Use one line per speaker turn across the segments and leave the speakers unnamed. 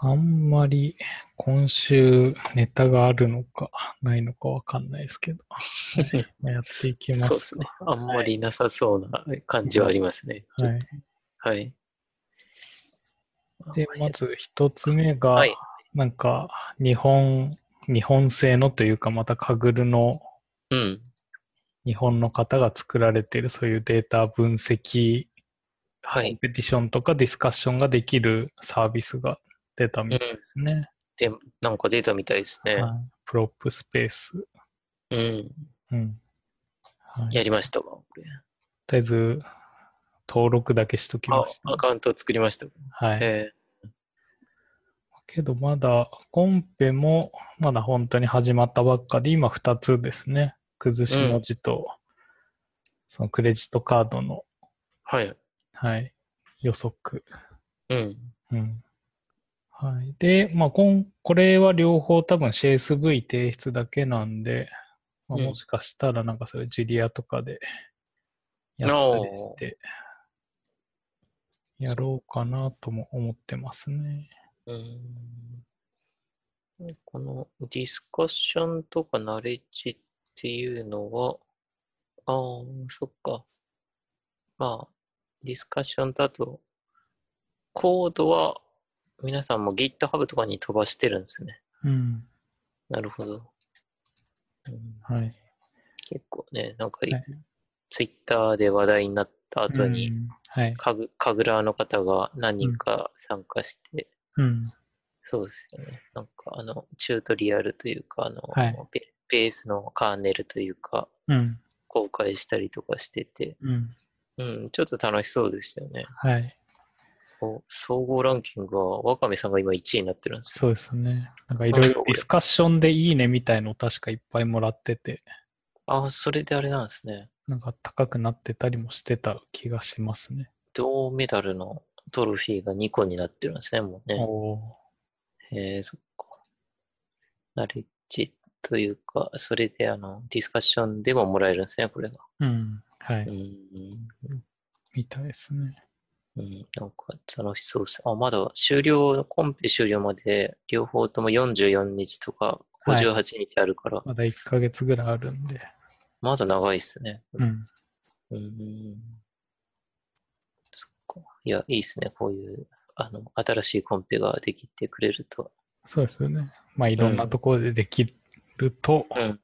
あんまり今週ネタがあるのかないのかわかんないです けど、まあやっていきます。
そうですね。あんまりなさそうな感じはありますね。
はい。
はい。
で、まず一つ目が、
はい。
なんか日本、日本製のというか、またカグルの
うん。
日本の方が作られているそういうデータ分析、コ
は
ン
い。
ペティションとかディスカッションができるサービスが出たみたいですね。
で、なんか出たみたいですね。
はいプロップスペース。
うん。
うん。はい、
やりましたわ、これ。
とりあえず、登録だけしとき
あ
まし、た。
アカウント作りました。
はい。
え
けどまだ、コンペもまだ本当に始まったばっかで、今2つですね。崩し文字と、そのクレジットカードの、
ーはい。
はい、予測。
うん。
うん。はい。で、まあ、こん、これは両方多分 CSV 提出だけなんで、まあ、
うん
もしかしたらなんかそういうジュリアとかでやったりして、やろうかなとも思ってますね。
うん。このディスカッションとかナレッジっていうのは、ああ、そっか。まあ、ディスカッションとあと、コードは皆さんも GitHub とかに飛ばしてるんですね。
うん。
なるほど。うん
はい。
結構ね、なんかい
はい、
ツイッターで話題になった後に、
うんはい。
かぐ、かぐらの方が何人か参加して、
うん。
そうですよね。なんか、あの、チュートリアルというか、あの、
はい
ベベースのカーネルというか、
うん。
公開したりとかしてて、
うん。
うん、ちょっと楽しそうでしたよね。
はい。
お総合ランキングは、ワカメさんが今1位になってるんですよ。
そうですね。なんかいろいろディスカッションでいいねみたいのを確かいっぱいもらってて、
ああ、それであれなんですね。
なんか高くなってたりもしてた気がしますね。
銅メダルのトロフィーが2個になってるんですね、もうね。
おー
えー、そっか。ナレッジというか、それであの、ディスカッションでももらえるんですね、これが。
うん。は
う
い。
ん。
みたいですね。
うん、なんか楽しそうです。あ、まだ終了、コンペ終了まで両方とも44日とか
はい
58日あるから、
まだ1ヶ月ぐらいあるんで。
まだ長いですね。
うん。
うん。そっか。いや、いいですね。こういう、あの、新しいコンペができてくれると。
そうですよね。まあいろんなところでできると、
うん。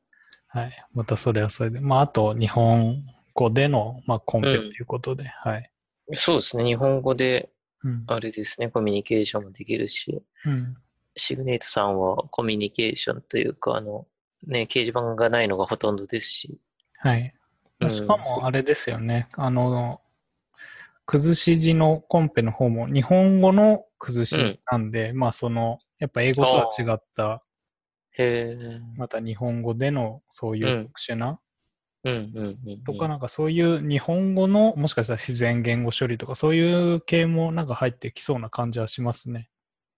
はい。またそれはそれで。まああと日本語での、まあ、コンペと
うん
いうことで、はい。
そうですね。日本語で、
うん。
あれですね、コミュニケーションもできるし。
うん。
シグネイトさんはコミュニケーションというか、あの、ね、掲示板がないのがほとんどですし。
はい。まあ
うん
しかもあれですよね。あの、崩し字のコンペの方も日本語の崩し字なんで、まあその、やっぱ英語とは違った、
へ
また日本語でのそういう特殊な、
え。うんうんうん、うん。
とか、なんかそういう日本語の、もしかしたら自然言語処理とか、そういう系もなんか入ってきそうな感じはしますね。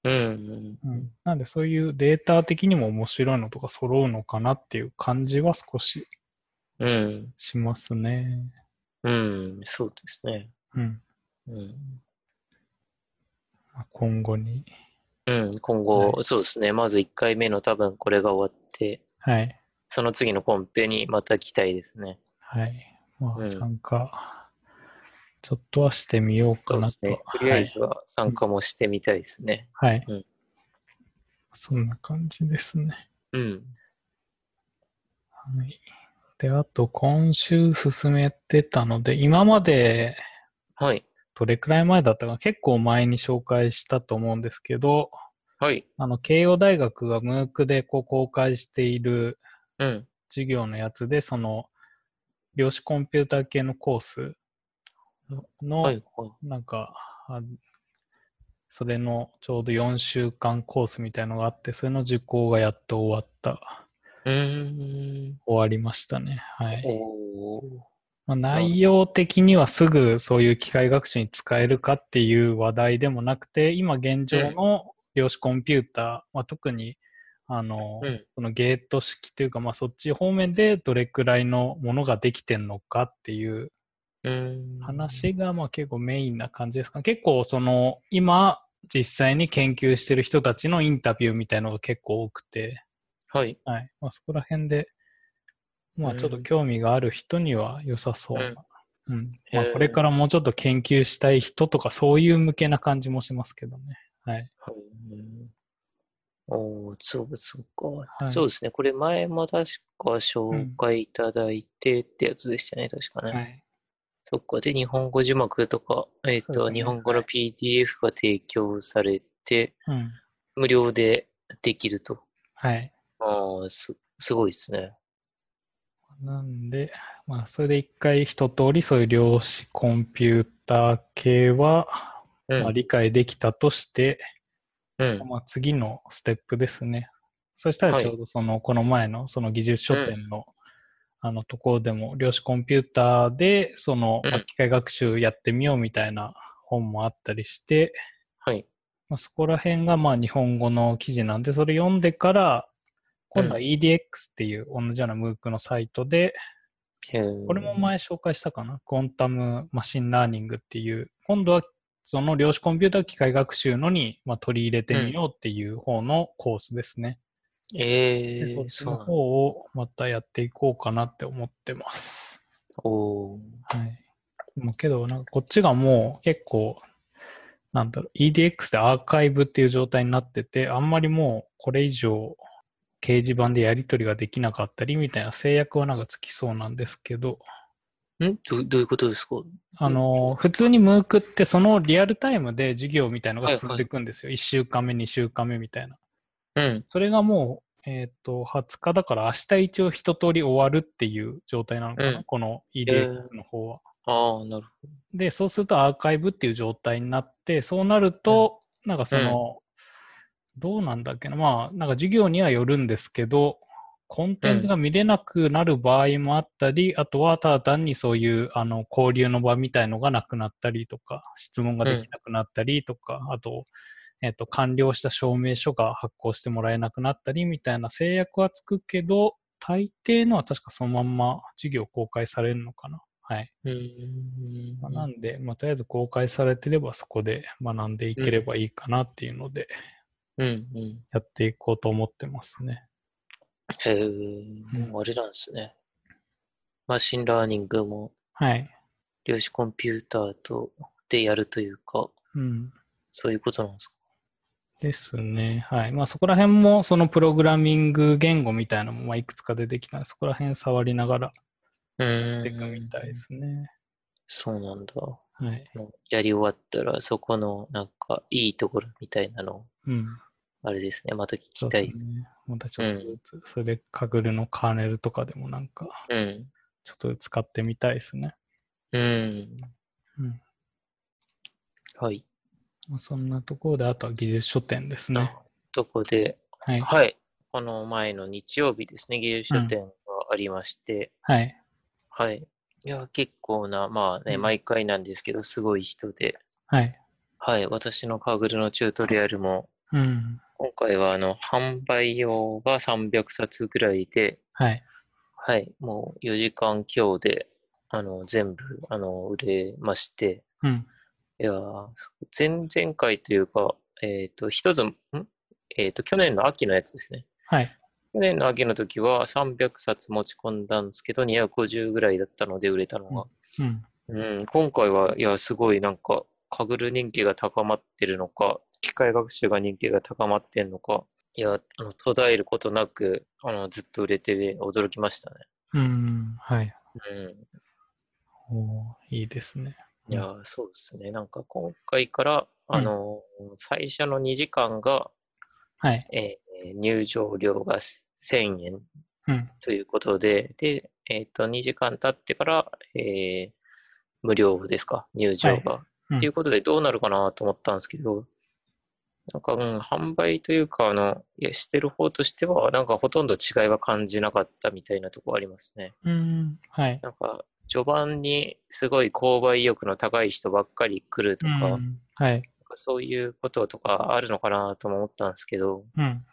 うんうん。
うん、なんでそういうデータ的にも面白いのとか揃うのかなっていう感じは少し
うん。
しますね。
うん。そうですね。
うん。
うん。
まあ今後に。
うん、今後、そうですね。まず1回目の多分これが終わって、
はい。
その次のコンペにまた来たいですね。
はい。ま
う
あ
ん
参加、ちょっとはしてみよう
そ
か
うで
な
す
と。
ね。とりあえずは参加もしてみたいですね。
はい。はい
うん
そんな感じですね。
うん。
はい。で、あと今週進めてたので、今まで
はい。
どれくらい前だったかな結構前に紹介したと思うんですけど、
はい。
あの、慶応大学が MOOC でこう公開している
うん。
授業のやつで、その、量子コンピューター系のコースの、
はい。はい
なんか、あそれのちょうど4週間コースみたいのがあって、それの受講がやっと終わった、
うーん。
終わりましたね。はい。
おー。
まあ、内容的にはすぐそういう機械学習に使えるかっていう話題でもなくて、今現状の量子コンピューター、まあ、特にあの、
うん。
そのゲート式というか、まあ、そっち方面でどれくらいのものができてんのかっていう
うーん。
話がまあ結構メインな感じですか、結構その今実際に研究してる人たちのインタビューみたいのが結構多くて、
はい。
はい。まあ、そこら辺で、まあ、
うん
ちょっと興味がある人には良さそうな。うん。まあ
へ、ー
これからもうちょっと研究したい人とか、そういう向けな感じもしますけどね。はい。
はい。おーそう、そうか、
はい
そうですね。これ前も確か紹介いただいてってやつでしたね。確かね。
はい。
そっか。で、日本語字幕とか、えっ、
そうで
と、
すね
日本語の PDF が提供されて、
うん。
無料でできると。
はい。
ああ、す、すごいですね。
なんで、まあ、それで一回一通りそういう量子コンピューター系は、
うん。
まあ、理解できたとして、
うん。
まあ、次のステップですね。そしたら
はい
ちょうどその、この前のその技術書店の、あのところでも量子コンピューターでその、
うん
まあ機械学習やってみようみたいな本もあったりして、
はい。
まあ、そこら辺がまあ日本語の記事なんで、それ読んでから、今度は
う
EDX っていう同じような MOOC のサイトで、
へー
これも前紹介したかな、コンタムマシンラーニングっていう、今度はその量子コンピューター機械学習のに、まあ、取り入れてみようっていう方のコースですね。
え
で
え
そっち
そ
の
うなんだ。
方をまたやっていこうかなって思ってます。
おー
はい。もうけど、なんかこっちがもう結構、なんだろう、EDX でアーカイブっていう状態になってて、あんまりもうこれ以上掲示板でやり取りができなかったりみたいな制約はなんかつきそうなんですけど、
んどうどういうことですか
あの、普通に MOOC ってそのリアルタイムで授業みたいのが進んでいくんですよ。1週間目、2週間目みたいな。
うん。
それがもう、えっ、と、20日だから明日一応一通り終わるっていう状態なのかな、
うん
この
え
EDX の方は。
ああ、なるほ
で、そうするとアーカイブっていう状態になって、そうなると、なんかその、どうなんだっけな、まあ、なんか授業にはよるんですけど、コンテンツが見れなくなる場合もあったり、あとはただ単にそういうあの交流の場みたいのがなくなったりとか、質問ができなくなったりとか、あと、えっと、完了した証明書が発行してもらえなくなったりみたいな制約はつくけど、大抵のは確かそのまんま授業公開されるのかな。はい。
ど。うーん。
まあなんで、まあ、とりあえず公開されてればそこで学んでいければいいかなっていうので、
うんうん。
やっていこうと思ってますね。
へえ、もうあれなんですね。マシンラーニングも
はい。
量子コンピューターとでやるというか、
うん。
そういうことなんですか。
ですね。はい。まあそこら辺も、そのプログラミング言語みたいなのも、まあいくつか出てきたので、そこら辺触りながら
うー
や
ん。
っていくみたいですね。
そうなんだ。も
はい。
うやり終わったら、そこのなんかいいところみたいなの、
うん。
あれですね。また聞
そ
き
う
たい
で
ですす。
ね。またちょっとずつ、それでカグルのカーネルとかでもなんか、
うん。
ちょっと使ってみたいですね。
うん。
うん。
はい。
まあそんなところで、あとは技術書店ですね。
あとこで、
はい。
はい。この前の日曜日ですね、技術書店がありまして、
はい。
はい。いや、結構な、まあね、
うん
毎回なんですけど、すごい人で、
はい。
はい。私のカーグルのチュートリアルも、
うん。
今回は、あの、販売用が300冊ぐらいで、
はい。
はい。もう4時間強で、あの、全部、あの、売れまして、
うん。
いやー、前々回というか、えっ、と、一つ、んえっ、と、去年の秋のやつですね。
はい。
去年の秋の時は300冊持ち込んだんですけど、250ぐらいだったので売れたのが。
うん。
うん、今回は、いや、すごいなんか、カグル人気が高まってるのか、機械学習が人気が高まってるのか、いや、あの途絶えることなく、あの、ずっと売れて驚きましたね。
うん。はい。
うん。
おーいいですね。
いやー、そうですね。なんか今回から、あのー最初の2時間が、
はい。
えー入場料が1000円
うん。
ということで、で、えっ、と、2時間経ってから、えー無料ですか、入場が。
うん
ということで、どうなるかなと思ったんですけど、なんか、うん、販売というか、あの、いや、してる方としては、なんかほとんど違いは感じなかったみたいなとこありますね。
うん。はい。
なんか、序盤にすごい購買意欲の高い人ばっかり来ると
う
か、なん
ん。はい。
かそういうこととかあるのかなとも思ったんですけど、
うん。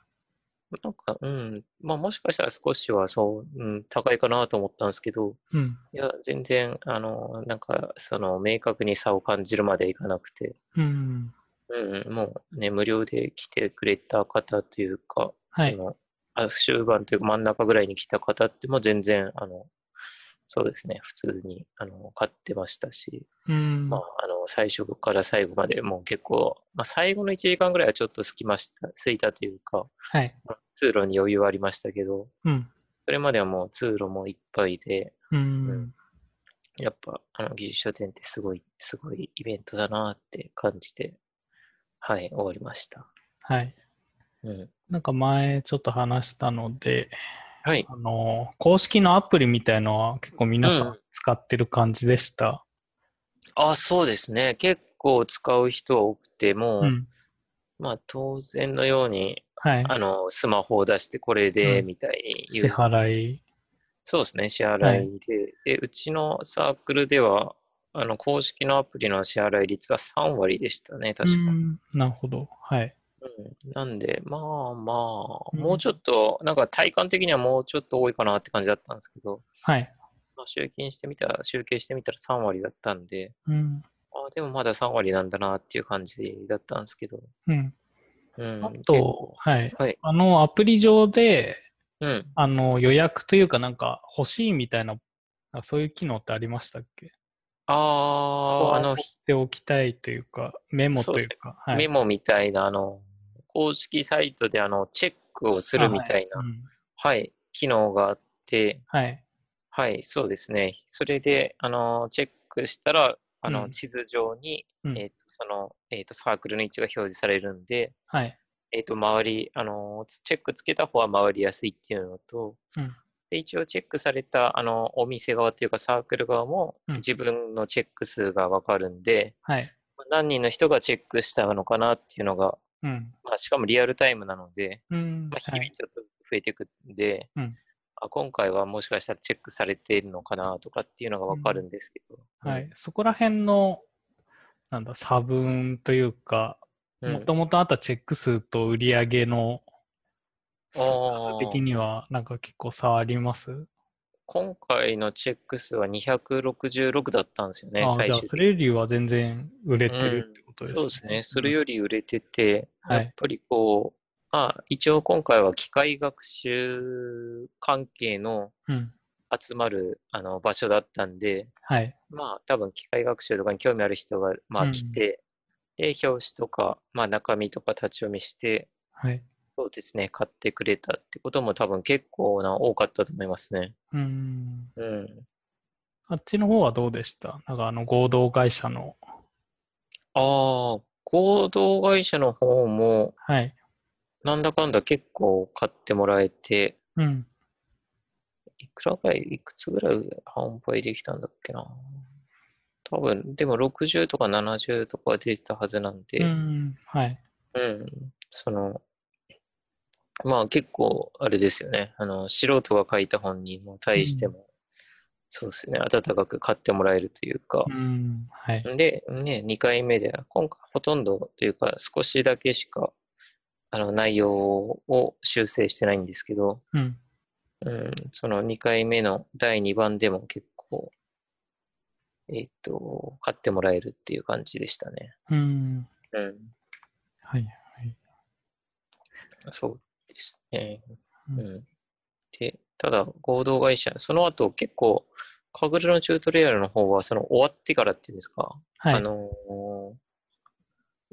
なんか、うん、まあもしかしたら少しはそう、うん、高いかなと思ったんですけど、
うん。
いや、全然、あの、なんか、その、明確に差を感じるまでいかなくて、
うん。
うんうん、もうね、無料で来てくれた方というか、
はい
そのあ終盤というか真ん中ぐらいに来た方っても全然、あの、そうですね、普通にあの買ってましたし、
うん。
まあ、あの最初から最後までもう結構、まあ、最後の1時間ぐらいはちょっとすきました、すいたというか、
はい。
まあ通路に余裕はありましたけど、
うん。
それまではもう通路もいっぱいで、
うん。
やっぱ、あの、技術書店ってすごい、すごいイベントだなって感じて、はい、終わりました。
はい。
うん。
なんか前ちょっと話したので、
はい。
あの、公式のアプリみたいのは結構皆さ
うん
ん使ってる感じでした。
あ、そうですね。結構使う人は多くて、もう、
うん。
まあ、当然のように、
はい。
あの、スマホを出して、これで、
うん
みたいに
支
言う。
払い。
そうですね、支
は
払
い
いで。で、うちのサークルでは、あの、公式のアプリの支払い率が3割でしたね、確か。
うんなるほど。はい。
うんなんで、まあまあ、
うん
もうちょっと、なんか体感的にはもうちょっと多いかなって感じだったんですけど、
はい。
まあ、集金してみたら、集計してみたら3割だったんで、
うん。
あでもまだ3割なんだなっていう感じだったんですけど、
うん。
うん、
あ
結
と
構、
はい。
はい、
あの、アプリ上で、
うん、
あの、予約というかなんか欲しいみたいな、あそういう機能ってありましたっけ
ああ、あ
こ
の
う、しておきたいというか、メモというか。はい
メモみたいな、あの、公式サイトであの、チェックをするみたい
あ
な、は、
はいいうん
機能があって、
はい。
はい、そうですね。それで、あの、チェックしたら、あ
う
の、
ん
地図上に、
うん
えっと、その、えっと、サークルの位置が表示されるんで、
はい。
えっと、回り、あの、つチェックつけた方は回りやすいっていうのと
うん、
で一応チェックされた、あの、お店側っていうかサークル側も
うん、
自分のチェック数がわかるんで、
はい。
まあ何人の人がチェックしたのかなっていうのが、
うん。
まあ、しかもリアルタイムなので、
うん
まあ、日
は
々
い
ちょっと増えていくんで、
うん
あ今回はもしかしたらチェックされてるのかなとかっていうのがわかるんですけど、
はい。そこら辺の、なんだ、差分というか、
うん
もともとあったチェック数と売り上げの
あー
数的には、なんか結構差あります
今回のチェック数は266だったんですよね
あ、ー
最
じゃあ、
終
そ
的
れ
に。
よりは全然売れてるってことですね。
そうですね、それより売れてて、
はい
やっぱりこう、まあ、一応今回は機械学習関係の
り、うん。
集まるあの場所だったんで、
はい。
まあ多分機械学習とかに興味ある人が、ま
う
あ、
ん
来て、で表紙とか、まあ、中身とか立ち読みして
はい。
そうですね買ってくれたってことも多分結構な多かったと思いますね。
うん。
うん、
あっちの方はどうでしたなんかあの合同会社の。
ああ合同会社の方も
はい。
なんだかんだ結構買ってもらえて
うん。
いくらぐらいいくつぐらい販売できたんだっけな多分でも60とか70とかは出てたはずなんで。
うん。はい。
うん、その、まあ結構あれですよね。あの、素人が書いた本にも対しても、そうですね、温かく買ってもらえるというか
う。ん。はい。
で、ね、2回目で、今回ほとんどというか少しだけしか、あの、内容を修正してないんですけど、
うん。
うん、その2回目の第2番でも結構、えっと、買ってもらえるっていう感じでしたね。
うん。
うん、
はい。
そうですね。
うん
うん、で、ただ、合同会社、その後結構、カグルのチュートリアルの方は、その終わってからっていうんですか、
はい。
あのー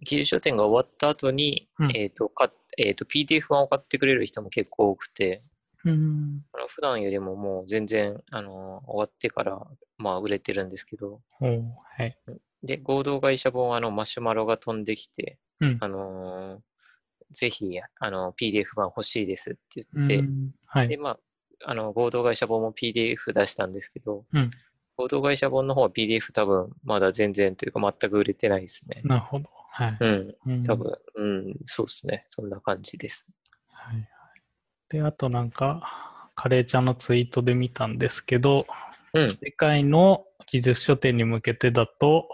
技術書店が終わった後に、
うん
えっ、と、かえっ、と、PDF 版を買ってくれる人も結構多くて、
うん。
あの普段よりももう全然、あのー終わってから、まあ、売れてるんですけど、
おーはい。
で、合同会社本は、あの、マシュマロが飛んできて、
うん。
あのーぜひ、あの、PDF 版欲しいですって
う
言って、
んは
で、
い。
まあ、あの、合同会社本も PDF 出したんですけど、
うん
合同会社本の方は PDF 多分まだ全然というか全く売れてないですね。
なるほど。はい。
うん、
うん
多分、うん、そうですね。そんな感じです。
はいはい。で、あとなんか、カレーちゃんのツイートで見たんですけど、
うん、
次回の技術書店に向けてだと、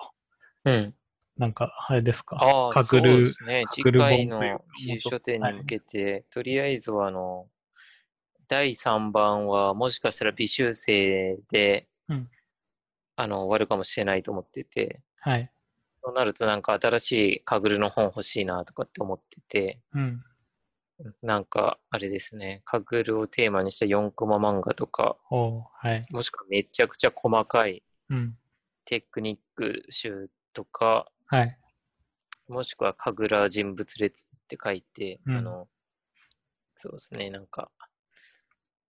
うん。
なんか、あれですか、
ああ、
か
そ
く
う
る
ですね。
か
次
くる本
回
というか
の自由書店
もう
に
ちょっと
向けて、とりあえずはあの、第3版はもしかしたら微修正で、
うん
あの、終わるかもしれないと思ってて、
はい。
そうなるとなんか新しいカグルの本欲しいなとかって思ってて、
うん。
なんかあれですね、カグルをテーマにした4コマ漫画とか、
おうはい。
もしくはめちゃくちゃ細かい
うん。
テクニック集とか、
はい。
もしくはカグラ人物列って書いて、
うん
あの、そうですね、なんか、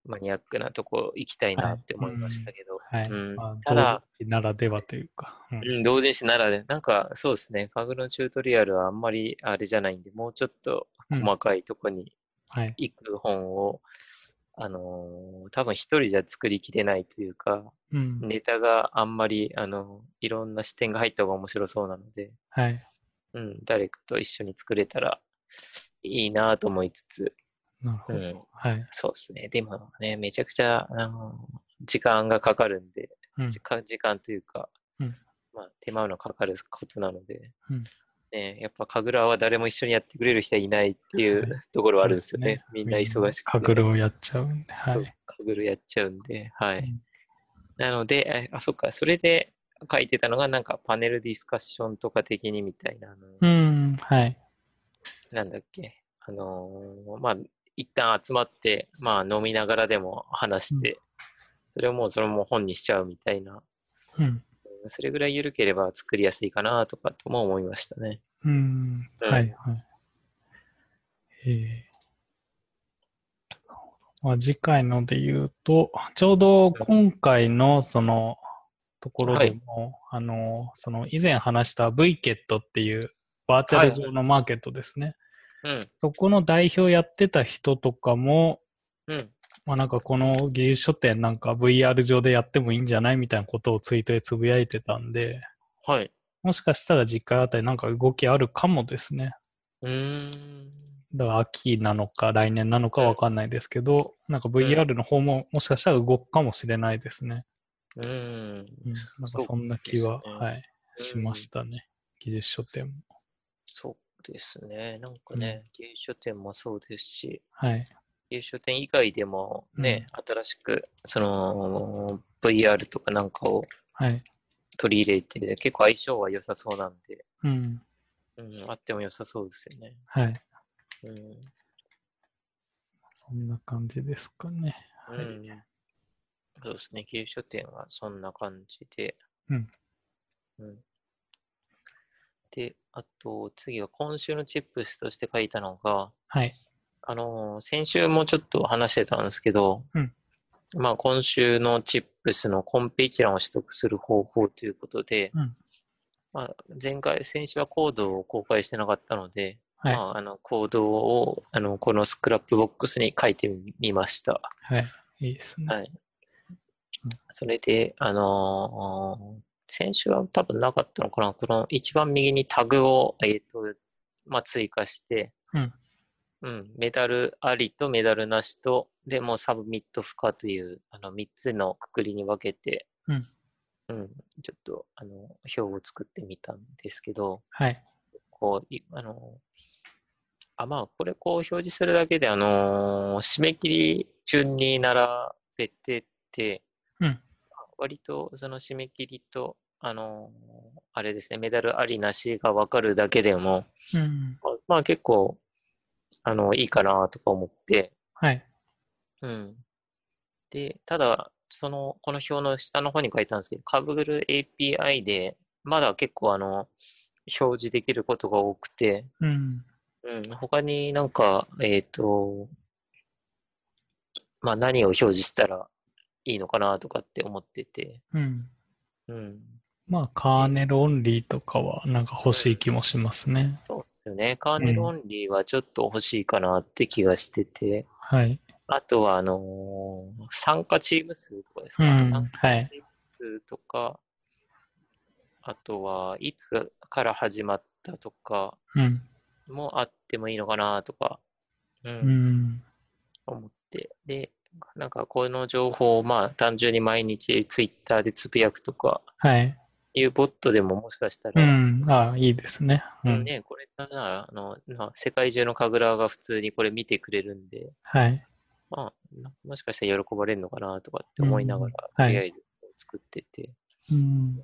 マニアックなとこ行きたいなって思いましたけど、
はい。
うん
まあ
ただ、
同時期ならではというか。うん
うん、同人誌ならで、なんかそうですね、カグルのチュートリアルはあんまりあれじゃないんで、もうちょっと細かいとこに
はい。
行く本を、あのー多分一人じゃ作りきれないというか、
うん。
ネタがあんまり、あのいろんな視点が入った方が面白そうなので、
はい。
うん、誰かと一緒に作れたらいいなと思いつつ、
なるほど。
うん
はい。
そうですね、でもね、めちゃくちゃ、あの時間がかかるんで、
うん
時間時間というか、
うん
まあ、手間のかかることなので、
うん
ね、やっぱ神楽は誰も一緒にやってくれる人はいないってい
は
うところはあるんですよね。みんな忙しく
か
て。
ぐるをやっちゃうんで。は
そう
い。
神楽やっちゃうんで、はい。
うん
なので、えあ、そっか、それで書いてたのが、なんかパネルディスカッションとか的にみたいな、あの
うん。はい。
なんだっけ、あのーまあ、一旦集まって、まあ、飲みながらでも話して、それをもうそのまま本にしちゃうみたいな。
うん。
それぐらい緩ければ作りやすいかなとかとも思いましたね。
うん。
うん
はい。はい。えーまあ、次回ので言うと、ちょうど今回のそのところでも、あの、その以前話した VKET っていうバーチャル上のマーケットですね。
うん、
そこの代表やってた人とかも、
うん、
まあ、なんかこの技術書店なんか VR 上でやってもいいんじゃないみたいなことをツイートでつぶやいてたんで、
はい。
もしかしたら次回あたりなんか動きあるかもですね。
うーん、
だから秋なのか来年なのかわかんないですけど、なんか VR の方ももしかしたら動くかもしれないですね。
うーん。
うん、なんかそんな気は、
そうですね
はい、しましたね。技術書店も。
そうですね。なんかね、芸書店もそうですし、
はい。
芸書店以外でもね、新しく、その、VR とかなんかを
はい。
取り入れて、結構相性は良さそうなんで、
うん。
うん、あっても良さそうですよね。
はい。
うん、
そんな感じですかね。はい
うん。そうですね、芸書店はそんな感じで。
うん
うんで、あと、次は今週のチップスとして書いたのが、
はい。
あのー先週もちょっと話してたんですけど、
うん
まあ今週のチップスのコンペ一覧を取得する方法ということで、
うん
まあ、前回、先週はコードを公開してなかったので、
はい
まあ、あのコードをあのこのスクラップボックスに書いてみました。
はい。いいですね。
はい。それで、あのー先週は多分なかったのかな。この一番右にタグを、えーとまあ、追加して、
うん
うんメダルありとメダルなしと、で、もうサブミット不可というあの3つのくくりに分けて、
うん
うんちょっとあの表を作ってみたんですけど、
はい。
こう、いあのーあまあ、これこう表示するだけで、あのー締め切り順に並べてて、
うん
割とその締め切りと、あのーあれですね、メダルありなしが分かるだけでも、
うん。
まあまあ結構、あのいいかなとか思って、
はい。
うん。で、ただ、その、この表の下の方に書いたんですけど、カブグル API で、まだ結構あの、表示できることが多くて、
うん。
うん、他になんか、えっと、まあ何を表示したらいいのかなとかって思ってて、
うん。
うん、
まあ、カーネルオンリーとかは、なんか欲しい気もしますね。
そうですよね。カーネルオンリーはちょっと欲しいかなって気がしてて、
はい。
あとは、あのー参加チーム数とかですか、
うん
参
は
加
い
チーム数とか、あとは、いつから始まったとか
うん。
もあってもいいのかなとか、う、
うんん。
思って、で、なんかこの情報をまあ単純に毎日ツイッターでつぶやくとか
はい。
いうボットでももしかした
う
ら、
ん。ああ、いいですね。うん。
ね、これならあの、まあ、世界中の神楽が普通にこれ見てくれるんで、
はい。
まあ、なもしかしたら喜ばれるのかなとかって思いながら、
うんはい
とりあえず作ってて、
うん。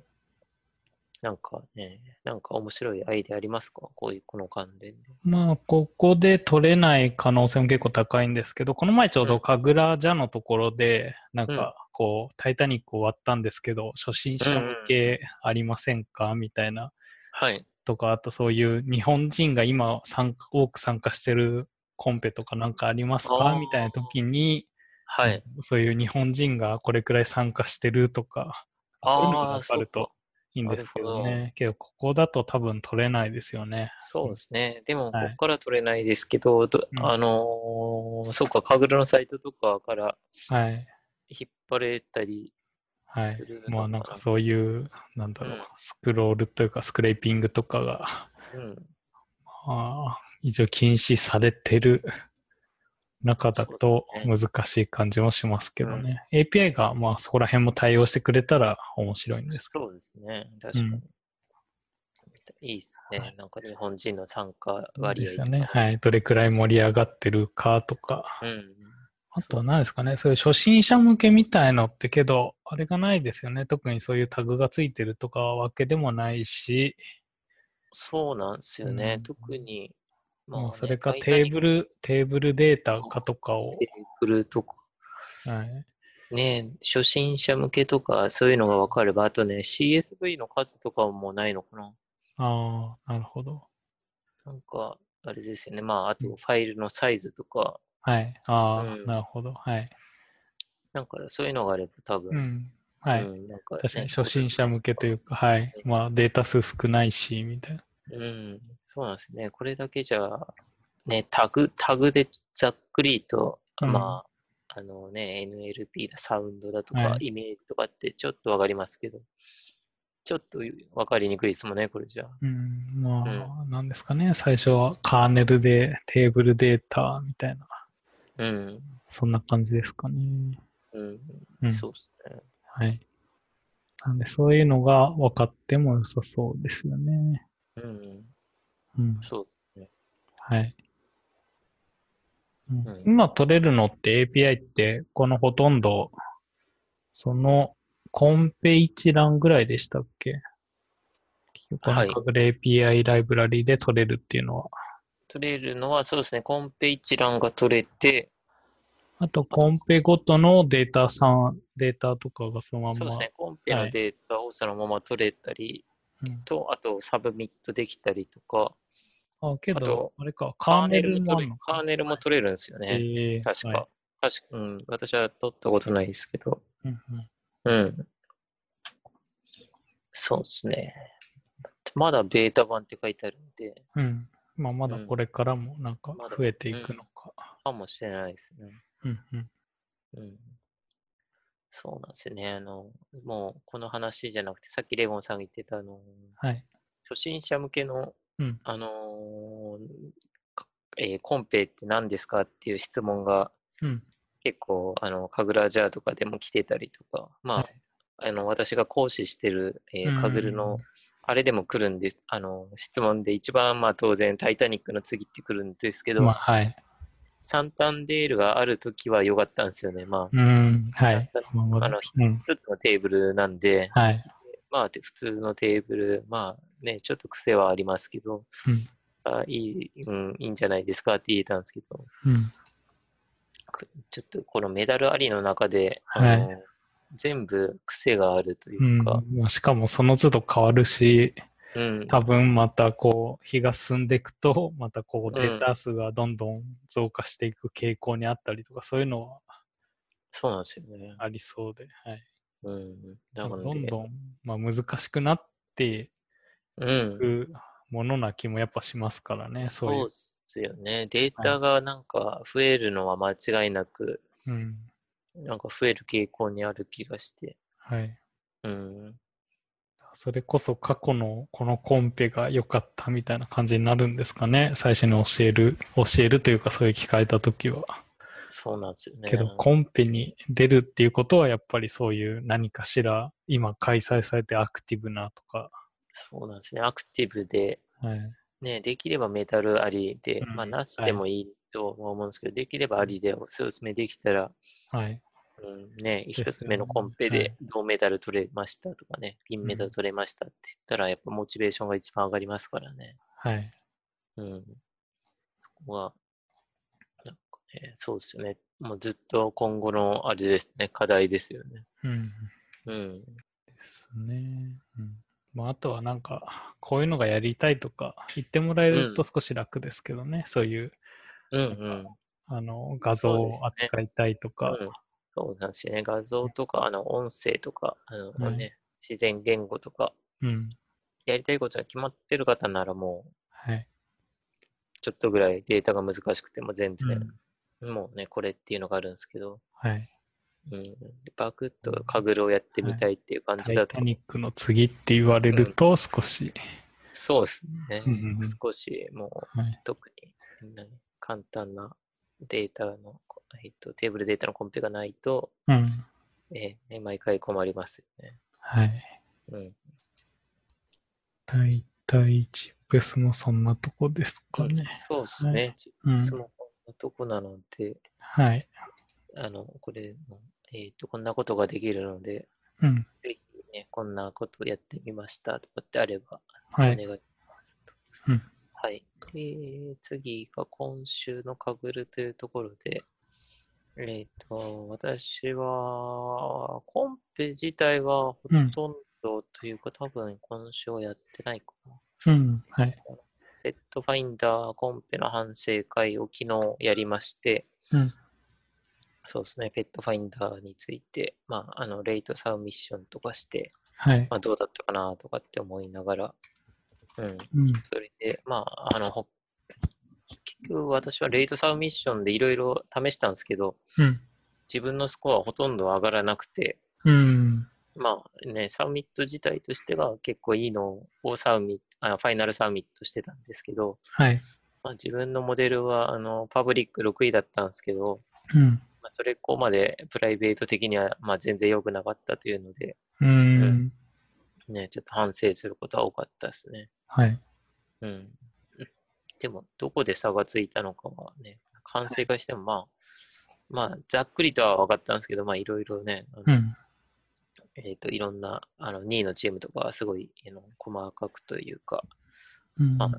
なんかね、なんか面白いアイデアありますかこういう、この関連で。
まあ、ここで取れない可能性も結構高いんですけど、この前ちょう
う
ど
ん
神楽じゃのところで、なん
うん
かこう、タイタニック終わったんですけど、初心者向けありませんかみたいな
はい。
とか、あとそういう日本人が今参加多く参加してるコンペとかなんかあります
あ
か
ー
みたいな時に、
はい。
そういう日本人がこれくらい参加してるとか、そういうのが
ああ
わ
ー、
か
そ
る
う
と
か。
いいんですけど
なる
ね。けど、ここだと多分取れないですよね。
そうですね。でも、こ
はい
こから取れないですけど、ど
うん
あのーそうか、カグルのサイトとかから
はい。
引っ張れたり
は
す
い。
るのかな。
まあなんかそういう、なんだろう、
うん
スクロールというかスクレーピングとかが、
うん。
まあ、一応禁止されてる中だと
そうで
難しい感じもしますけどね。API がまあそこら辺も対応してくれたら面白いんですけど。
そうですね。確かに。
うん
いいです
は
ね。なんか日本人の参加
で
割合
す
と
よ
か
ね。はい。どれくらい盛り上がってるかとか。
うん。
あとは何ですかね、そういう初心者向けみたいのってけど、あれがないですよね。特にそういうタグがついてるとかわけでもないし、
そうなんですよね。
うん
特に、まあ
も
ね
うそれかテーブル、テーブルデータ化とかを、
テーブルとか、
はい、
ね、初心者向けとか、そういうのが分かれば、あとね、CSV の数とかもないのかな。
ああ、なるほど。
なんか、あれですよね。まあ、あと、ファイルのサイズとか、
はい、ああ、
うん
なるほど。はい。
なんか、そういうのがあれば、多分、
うん。はい。
うんなんかね
確かに初心者向けというか、はい。まあデータ数少ないし、みたいな。
うん、そうなんですね。これだけじゃ、ね、タグ、タグでざっくりと、
うん
まあ、あのね、NLP だ、サウンドだとか、
は
イメージとかってちょっとわかりますけど、ちょっとわかりにくいですもんね、これじゃ。
うん、まあ、なんですかね。最初はカーネルでテーブルデータみたいな、
うん、
そんな感じですかね。
うん、
うん
そうですね。
はい。なんで、そういうのが分かっても良さそうですよね。
うん、
うん。
そう。
はい。うん
うん
今取れるのって API って、このほとんど、そのコンペ一覧ぐらいでしたっけ結局この
はい
隠れ API ライブラリで取れるっていうのは。
取れるのは、そうですね、コンペ一覧が取れて、
あと、コンペごとのデータさん、データとかがそのまんま。
そうですね、コンペ
は
の
い
データをそのまま取れたり
うん
と、あと、サブミットできたりとか、
あ、け
あと
ど、あれか、
カ
カ
ー
ー
ネ
ネ
ル
ル
も
もあ
取
る
れ
の
カーネルも取れるんですよね。
えー
確か。
はい
確か、うん。私は取ったことないですけど。
うんうん
うん。そうですね。まだベータ版って書いてあるんで、
うん。まあ、まだ
うん
これからもなんか
まだ
増えていくのか。
かもしれないですね。
うんうん。
うん。そうなんですよね。あの、もうこの話じゃなくて、さっきレゴンさんが言ってた、あの、
はい。
初心者向けの、
うん
あのかえーコンペって何ですかっていう質問が
うん。
結構、あの、カグラジャーとかでも来てたりとか、まあ、
はい
あの私が講師してる、え
う
ー、
ん
カグルのあれでも来るんです、あの質問で一番、まあ、当然「タイタニック」の次って来るんですけど、
まあ、はい。
サンタンデールがある時は良かったんですよね。ま
うん。はい。まあまだ
あの
うん。
あ、一つのテーブルなんで、
はい。
まあ、て普通のテーブル、まあね、ちょっと癖はありますけど、
うん
あいいうん、いいんじゃないですかって言えたんですけど、
うん。
くちょっとこのメダルありの中で、
はい
あの全部癖があると
う
い
ん
うか、
まあ、しかもその都度変わるし、
うん
多分またこう、日が進んでいくと、またこう、データ数がどんどん増加していく傾向にあったりとか、そういうのは
そうなんですよね。
ありそうで、はい。
うん、だから
ど
ね
んどん、まあ、難しくなって
うん
い、くものな気もやっぱしますからね、そうい
そう
う。
ですよね。データがなんか増えるのは間違いなく、
うん。
なんか増える傾向にある気がして。
はい。
うん。
それこそ過去のこのコンペが良かったみたいな感じになるんですかね。最初に教える、教えるというかそういう機会だときは。
そうなんですよね。
けど、コンペに出るっていうことはやっぱりそういう何かしら今開催されてアクティブなとか。
そうなんですね。アクティブで、
はい。
ね、できればメタルありで、
うん
まあなしでもいいとは思うんですけど、できればありでおすすめできたら
はい。
うん、ね、
すよね
一つ目のコンペ
は
で
い
銅メダル取れましたとかね、銀メダル取れましたって言ったら、やっぱモチベーションが一番上がりますからね。
はい。
うん。そこが、なんかね、そうですよね。もうずっと今後のあれですね、課題ですよね。
うん。
うん。
ですね。うん。まあ、あとはなんか、こういうのがやりたいとか言ってもらえると少し楽ですけどね。そういう、
うんう
なん
ん。
あの、画像
そうで
を
すね
扱いたいとか。
うんそうなんですよね。画像とか、あの、音声とか、あの、
はい
ね、自然言語とか、
うん。
やりたいことが決まってる方ならもう、
はい。
ちょっとぐらいデータが難しくても全
う
然
ん、
もうね、これっていうのがあるんですけど、
はい。
うん、バクッとカグルをやってみたいっていう感
タ
じだ
イ
と、
タニックの次って言われると少し、
そうですね
うんうんうん、
少しもう、
はい
特になんか簡単なデータの、こえっと、テーブルデータのコンペがないと、
うん。
えーね毎回困りますよね。
はい。
うん、
大体チップスもそんなとこですかね。
そうですね。ち
うん
そのとこなので、
はい。
あの、これも、えっと、こんなことができるので、
うん。
ぜひね、こんなことやってみましたとかってあれば、
は
お
い。
願いしますと
うん
はい。で、次が今週のかぐるというところで、えっ、と、私は、コンペ自体はほ
うん
とんどというか、多分今週はやってないかな。
うん。はい。
ペットファインダーコンペの反省会を昨日やりまして、
うん。
そうですね、ペットファインダーについて、まあ、あの、レイトサブミッションとかして、
はい。
まあ、どうだったかなとかって思いながら、うん、
うん。
それで、まあ、あの、ほ結局私はレイトサブミッションでいろいろ試したんですけど、
うん。
自分のスコアはほとんど上がらなくて、
うん。
まあね、サミット自体としては結構いいのをサミあファイナルサミットしてたんですけど、
はい。
まあ、自分のモデルはあのパブリック6位だったんですけど、
うん。
まあ、それ以降までプライベート的には、まあ、全然良くなかったというので、
うん。
ね、ちょっと反省することは多かったですね。
はい。
うん。でも、どこで差がついたのかはね、反省会しても、まあ、まあ、ざっくりとは分かったんですけど、まあ、いろいろね、あの
うん。
えっ、と、いろんな、あの、2位のチームとかはすごい、あの、細かくというか、
うん。
まあ、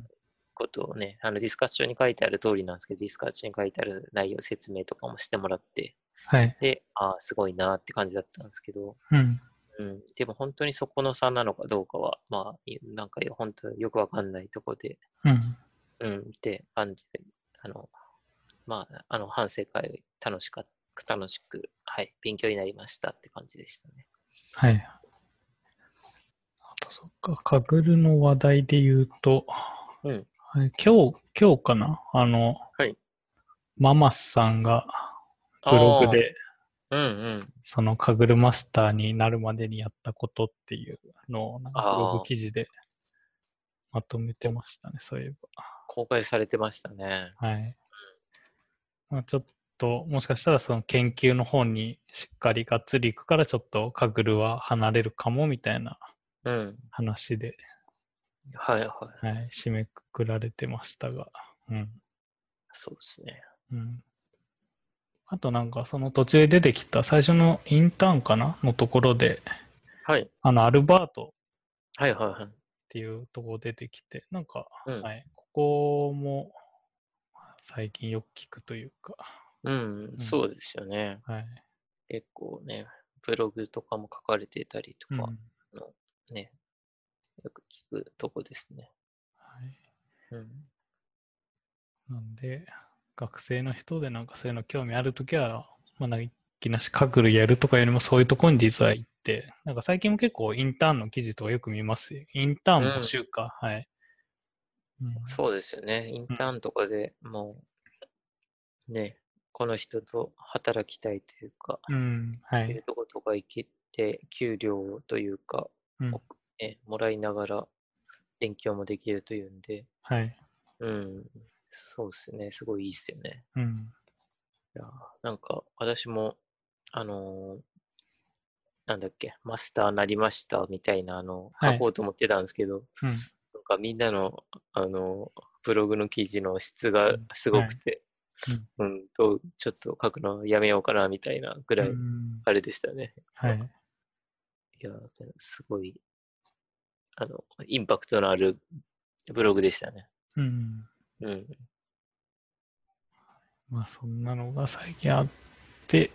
ことをね、あの、ディスカッションに書いてある通りなんですけど、ディスカッションに書いてある内容説明とかもしてもらって、
はい。
で、ああ、すごいなって感じだったんですけど、
うん。
うん、でも本当にそこの差なのかどうかは、まあ、いなんか本当よくわかんないとこで、
うん。
うん、って感じで、あの、まあ、あの、反省会、楽しかった、楽しく、はい、勉強になりましたって感じでしたね。
はい。あと、そっか。カグルの話題で言うと、
うん
はい、今日、今日かなあの、
はい
ママスさんがブログで、
あー。うんうん。
そのカグルマスターになるまでにやったことっていうのを、なんかブロ
あ
グ
ー
記事でまとめてましたね、そういえ
公開されてましたね。
ば。はい。まあ、ちょっと、もしかしたらその研究の方にしっかりがっつり行くから、ちょっとカグルは離れるかもみたいな
うん。
話で、
はいはい。
はい、締めくくられてましたが。うん。
そうですね。
うん。あとなんか、その途中で出てきた最初のインターンかなのところで、
はい。
あの、アルバート
はいはいはい。
っていうところ出てきて、なんか、
うん。
はい、ここも最近よく聞くというか、
うん、そうですよね。
はい。
結構ね、ブログとかも書かれてたりと
うん
か
は、
ね、よく聞くとこですね。
い、
うん。
なんで、学生の人でなんかそういうの興味あるときは、まあ、なんかいきなしカグルやるとかよりもそういうところに実は行って、なんか最近も結構インターンの記事とかよく見ますよ。インターン募集か、はい。うん
そうですよね。インターンとかでもう、ね、この人と働きたいというか、
うん、は
いう
い。
とことか行けて、給料というか、
うん
おねもらいながら勉強もできるというんで、
はい。
うん、そうですね。すごいいいですよね。
うん。
いやーなんか、私も、あのーなんだっけ、マスターなりましたみたいな、あの、
はい
書こうと思ってたんですけど、
うん
なんかみんなの、あの、ブログの記事の質が
うん
すご
は
く
い
て、うんと、ちょっと書くのやめようかなみたいなぐらい、
うん
あれでしたね。
はい。
いや、すごい、あの、インパクトのあるブログでしたね。
うん。
うん。
まあそんなのが最近あって、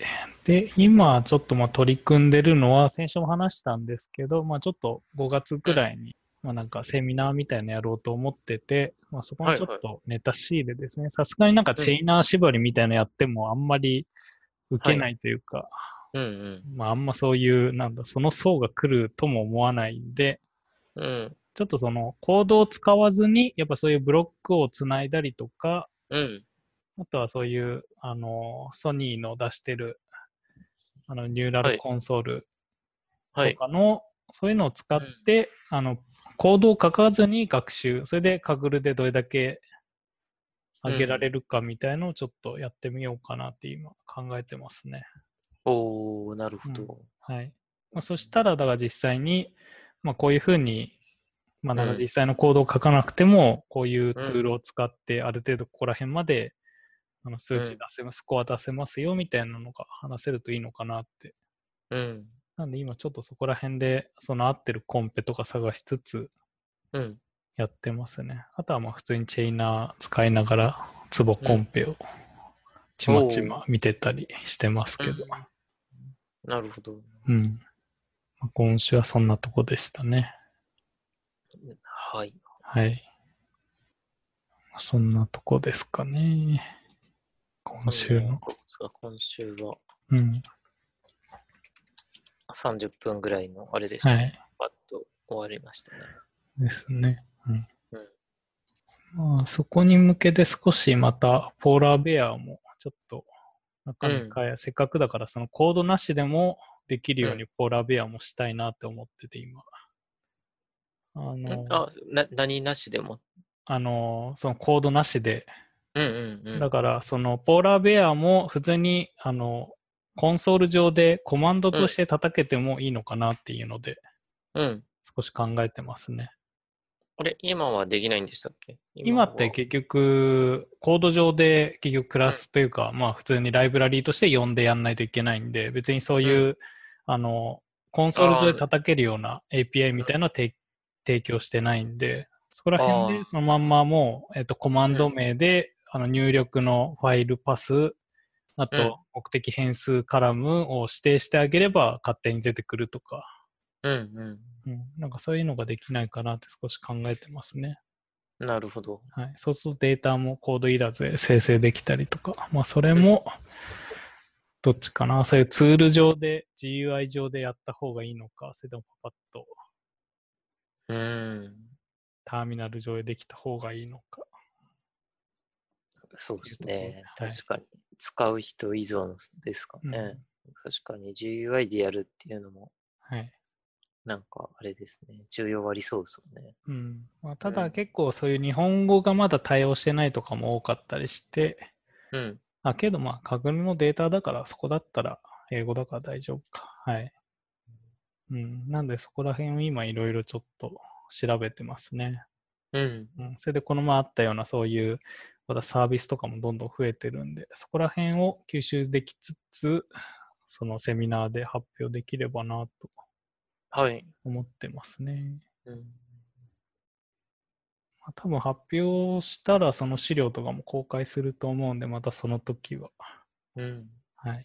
で、今ちょっとまあ取り組んでるのは、先週も話したんですけど、まあちょっと5月くらいに、まあなんかセミナーみたいなのやろうと思ってて、まあそこにちょっとネタ仕入れですね。さすがになんかチェイナー縛りみたいなのやってもあんまり受けないというか、
うん
まああんまそういう、なんだ、その層が来るとも思わないんで、
うん。うん。
ちょっとそのコードを使わずに、やっぱそういうブロックをつないだりとか、
うん。
あとはそういう、あの、ソニーの出してる、あの、ニューラルコンソール
は
と
い。
かの、そういうのを使って、あの、コードを書かずに学習、それでカグルでどれだけ上げられるかみたいのをちょっとやってみようかなって今考えてますね。
おー、なるほど。
はい。まあ、そしたら、だから実際に、まあ、こういうふうに、まあ、なんか
うん
実際のコードを書かなくても、こういうツールを使って、ある程度ここら辺まで、あの数値出せます、スコア出せますよ、みたいなのが話せるといいのかなって。
うん。
なんで今ちょっとそこら辺で、その合ってるコンペとか探しつつ
うん。
やってますね。あとはまあ普通にチェイナー使いながら、ツボコンペをちまちま見てたりしてますけど。
なるほど。
うん。まあ今週はそんなとこでしたね。
はい。
はい。そんなとこですかね。今週の。
そう今週は
うん。
30分ぐらいのあれでした
はい
ね。。パッと終わりましたね。
ですね。うん。まあ、そこに向けて少しまた、ポーラーベアも、ちょっと、なかなか、せっかくだから、そのコードなしでもできるようにポーラーベアもしたいなって思ってて、今。あの
ん、あな、何なしでも。
あの、そのコードなしで
うんうんうん。
だから、そのポーラーベアも普通にあのコンソール上でコマンドとして叩けてもいいのかなっていうので、
うん。
少し考えてますね。
あれ、今はできないんでしたっけ
今って結局、コード上で結局クラスというか、まあ普通にライブラリーとして呼んでやんないといけないんで、別にそういう、あの、コンソール上で叩けるような API みたいなのは提提供してないんで、そこら辺
あ
で
ー
そのまんまもう、えっと、コマンド名で、あの入力のファイルパス、あ
うん
と目的変数カラムを指定してあげれば勝手に出てくるとか、
うんう
うん、なんかそういうのができないかなって少し考えてますね。
ん。なるほど。
はい、そうするとデータもコードいらずで生成できたりとか、まあ、それもどっちかな、そういうツール上で、GUI 上でやった方がいいのか、それともパパッと
うん。
ターミナル上でできた方がいいのか。
そうです
いう
ね。
ところはい
確かに。使う人依存ですか
うん
ね。確かに GUI でやるっていうのも、
はい
なんかあれですね。重要ありそうですよね。
うんまあ、ただ
うん
結構そういう日本語がまだ対応してないとかも多かったりして、
うん。
あけどまあ、確認のデータだから、そこだったら英語だから大丈夫か。はい。うん、なんでそこら辺を今いろいろちょっと調べてますね。
うん。
うん、それでこの前あったようなそういうまたサービスとかもどんどん増えてるんで、そこら辺を吸収できつつ、そのセミナーで発表できればなと
はい。
思ってますね。
うん。
まあ多分発表したらその資料とかも公開すると思うんで、またその時は。
うん。
はい。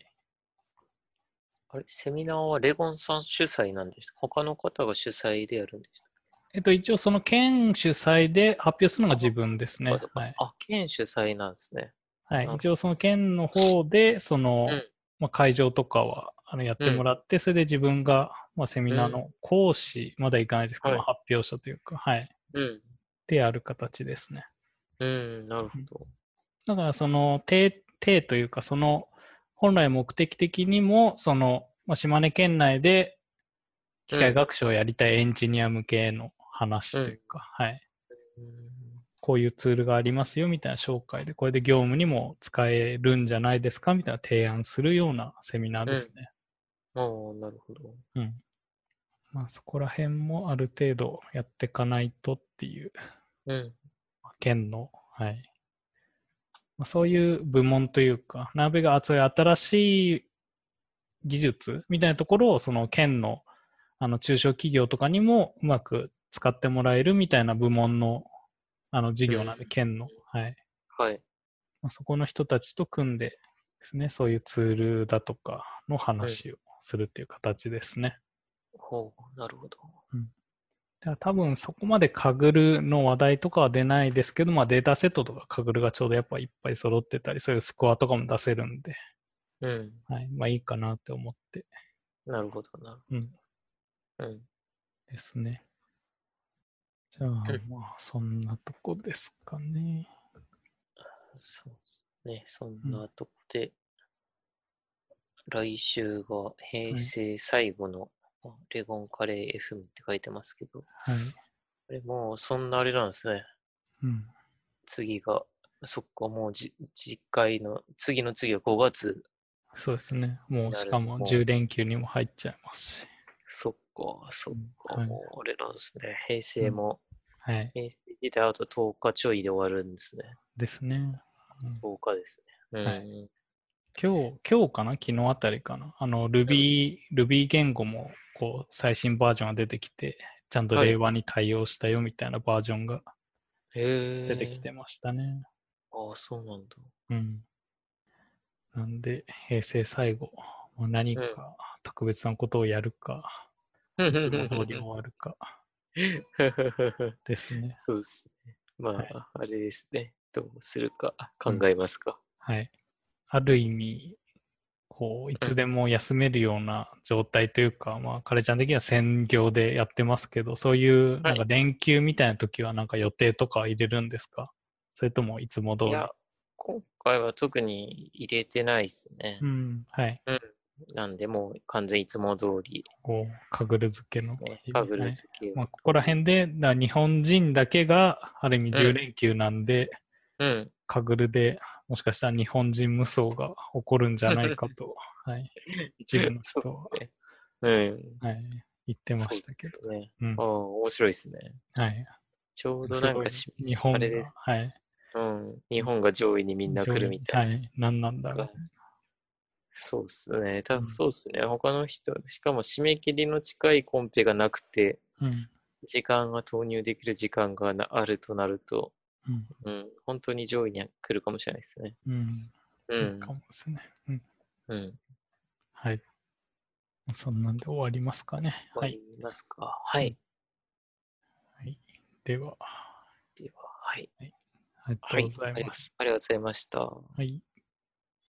あれ、セミナーはレゴンさん主催なんですか他の方が主催でやるんでした
えっと、一応その県主催で発表するのが自分ですね
あそっ。か
はい。
あ、県主催なんですね。
はい
なるほど、
一応その県の方で、その、
うん
まあ、会場とかはあのやってもらって、それで自分が、まあ、セミナーの講師、まだ行かないですけど、
はい
まあ発表者というか、はい、
うん。
でやる形ですね。
うん、なるほど。
だからその、手、手というか、その、本来目的的にも、その、まあ、島根県内で機械学習をやりたいエンジニア向けの話というか、はい。
うん
こういうツールがありますよみたいな紹介で、これで業務にも使えるんじゃないですかみたいな提案するようなセミナーですね。
ああ、なるほど。
うん。まあそこら辺もある程度やっていかないとっていう、
うん。
まあ県の、はい、まあそういう部門というか、ナビがそういう新しい技術みたいなところを、その県のあの中小企業とかにもうまく使ってもらえるみたいな部門のあの事業なんで、
うん
県の。はい。
はい。
まあ、そこの人たちと組んでですね、そういうツールだとかの話をするっていう形ですね。
ほう、なるほど。
だから多分そこまでカグルの話題とかは出ないですけど、まあ、データセットとかカグルがちょうどやっぱいっぱい揃ってたり、そういうスコアとかも出せるんで、
うん。
はい、まあいいかなって思って、
なるほど、なる
うん、
ほど。うん。
ですね。じゃあ、ま
ん
あそんなとこですかね。
そうね、そんなとこで、来週が平成最後のあレゴンカレー FM って書いてますけど、
はい。
あれもうそんなあれなんですね。
うん。
次が、そっか、もうじ次回の、次の次は5月。
そうですね。も
な
う
る
しかも10連休にも入っちゃいますし。
そっか、そっか、
はい
もうあれなんですね。平成も、
はい。
平成時代あと10日ちょいで終わるんですね。
ですね。
10日ですね。うん。
はい今日、今日かな昨日あたりかなあの、Ruby、Ruby 言語も、こう、最新バージョンが出てきて、ちゃんと
はい
令和に対応したよみたいなバージョンが
へえ。
出てきてましたね。
ああ、そうなんだ。
うん。なんで、平成最後、まあ何
うん
か特別なことをやる か、いつも通り終わるかですね。
そうですね。まあ、
はい
あれですね。どうするか考えますか。
はい。ある意味、こう、いつでも休めるような状態というか、まあ、彼ちゃん的には専業でやってますけど、そういう、なんか連休みたいな時は、なんか予定とか入れるんですかそれともいつも通
い
り
や、今回は特に入れてないですね
う。ん、はい。
なんで、もう完全いつも通り、
こう、かぐる漬けの。
ね、かぶ
は
る
い
付けを
まあ、ここら辺で、だ日本人だけが、ある意味
う
10
ん
連休なんで、
うん。
かぐるで、もしかしたら日本人無双が起こるんじゃないかと、 はい。一部の人は、
そうですね。うん。
はい、言ってま
そう
したけど。
ですね。
うん
ああ、面白いですね。
はい。
ちょうど
す
なん
ご
か
い
し
日本
あ
が
れです。
はい。
うん。日本が上位にみんな来るみたいな。
な。はい。何なんだろう。
そうっすね。多
う
分
ん
そうっすね。他の人、しかも締め切りの近いコンペがなくて、
うん。
時間が投入できる時間がなあるとなると、
うん。
うん、本当に上位に来るかもしれないですね。
うん。
う
いい
ん
か。もですね。うん。
うん。
はい。そんなんで終わりますかね。
わか
は
り
い。
ますか。はい。
では、
では、はい。
ありが
は
と
い。
うございました。
ありがとうございました。
はい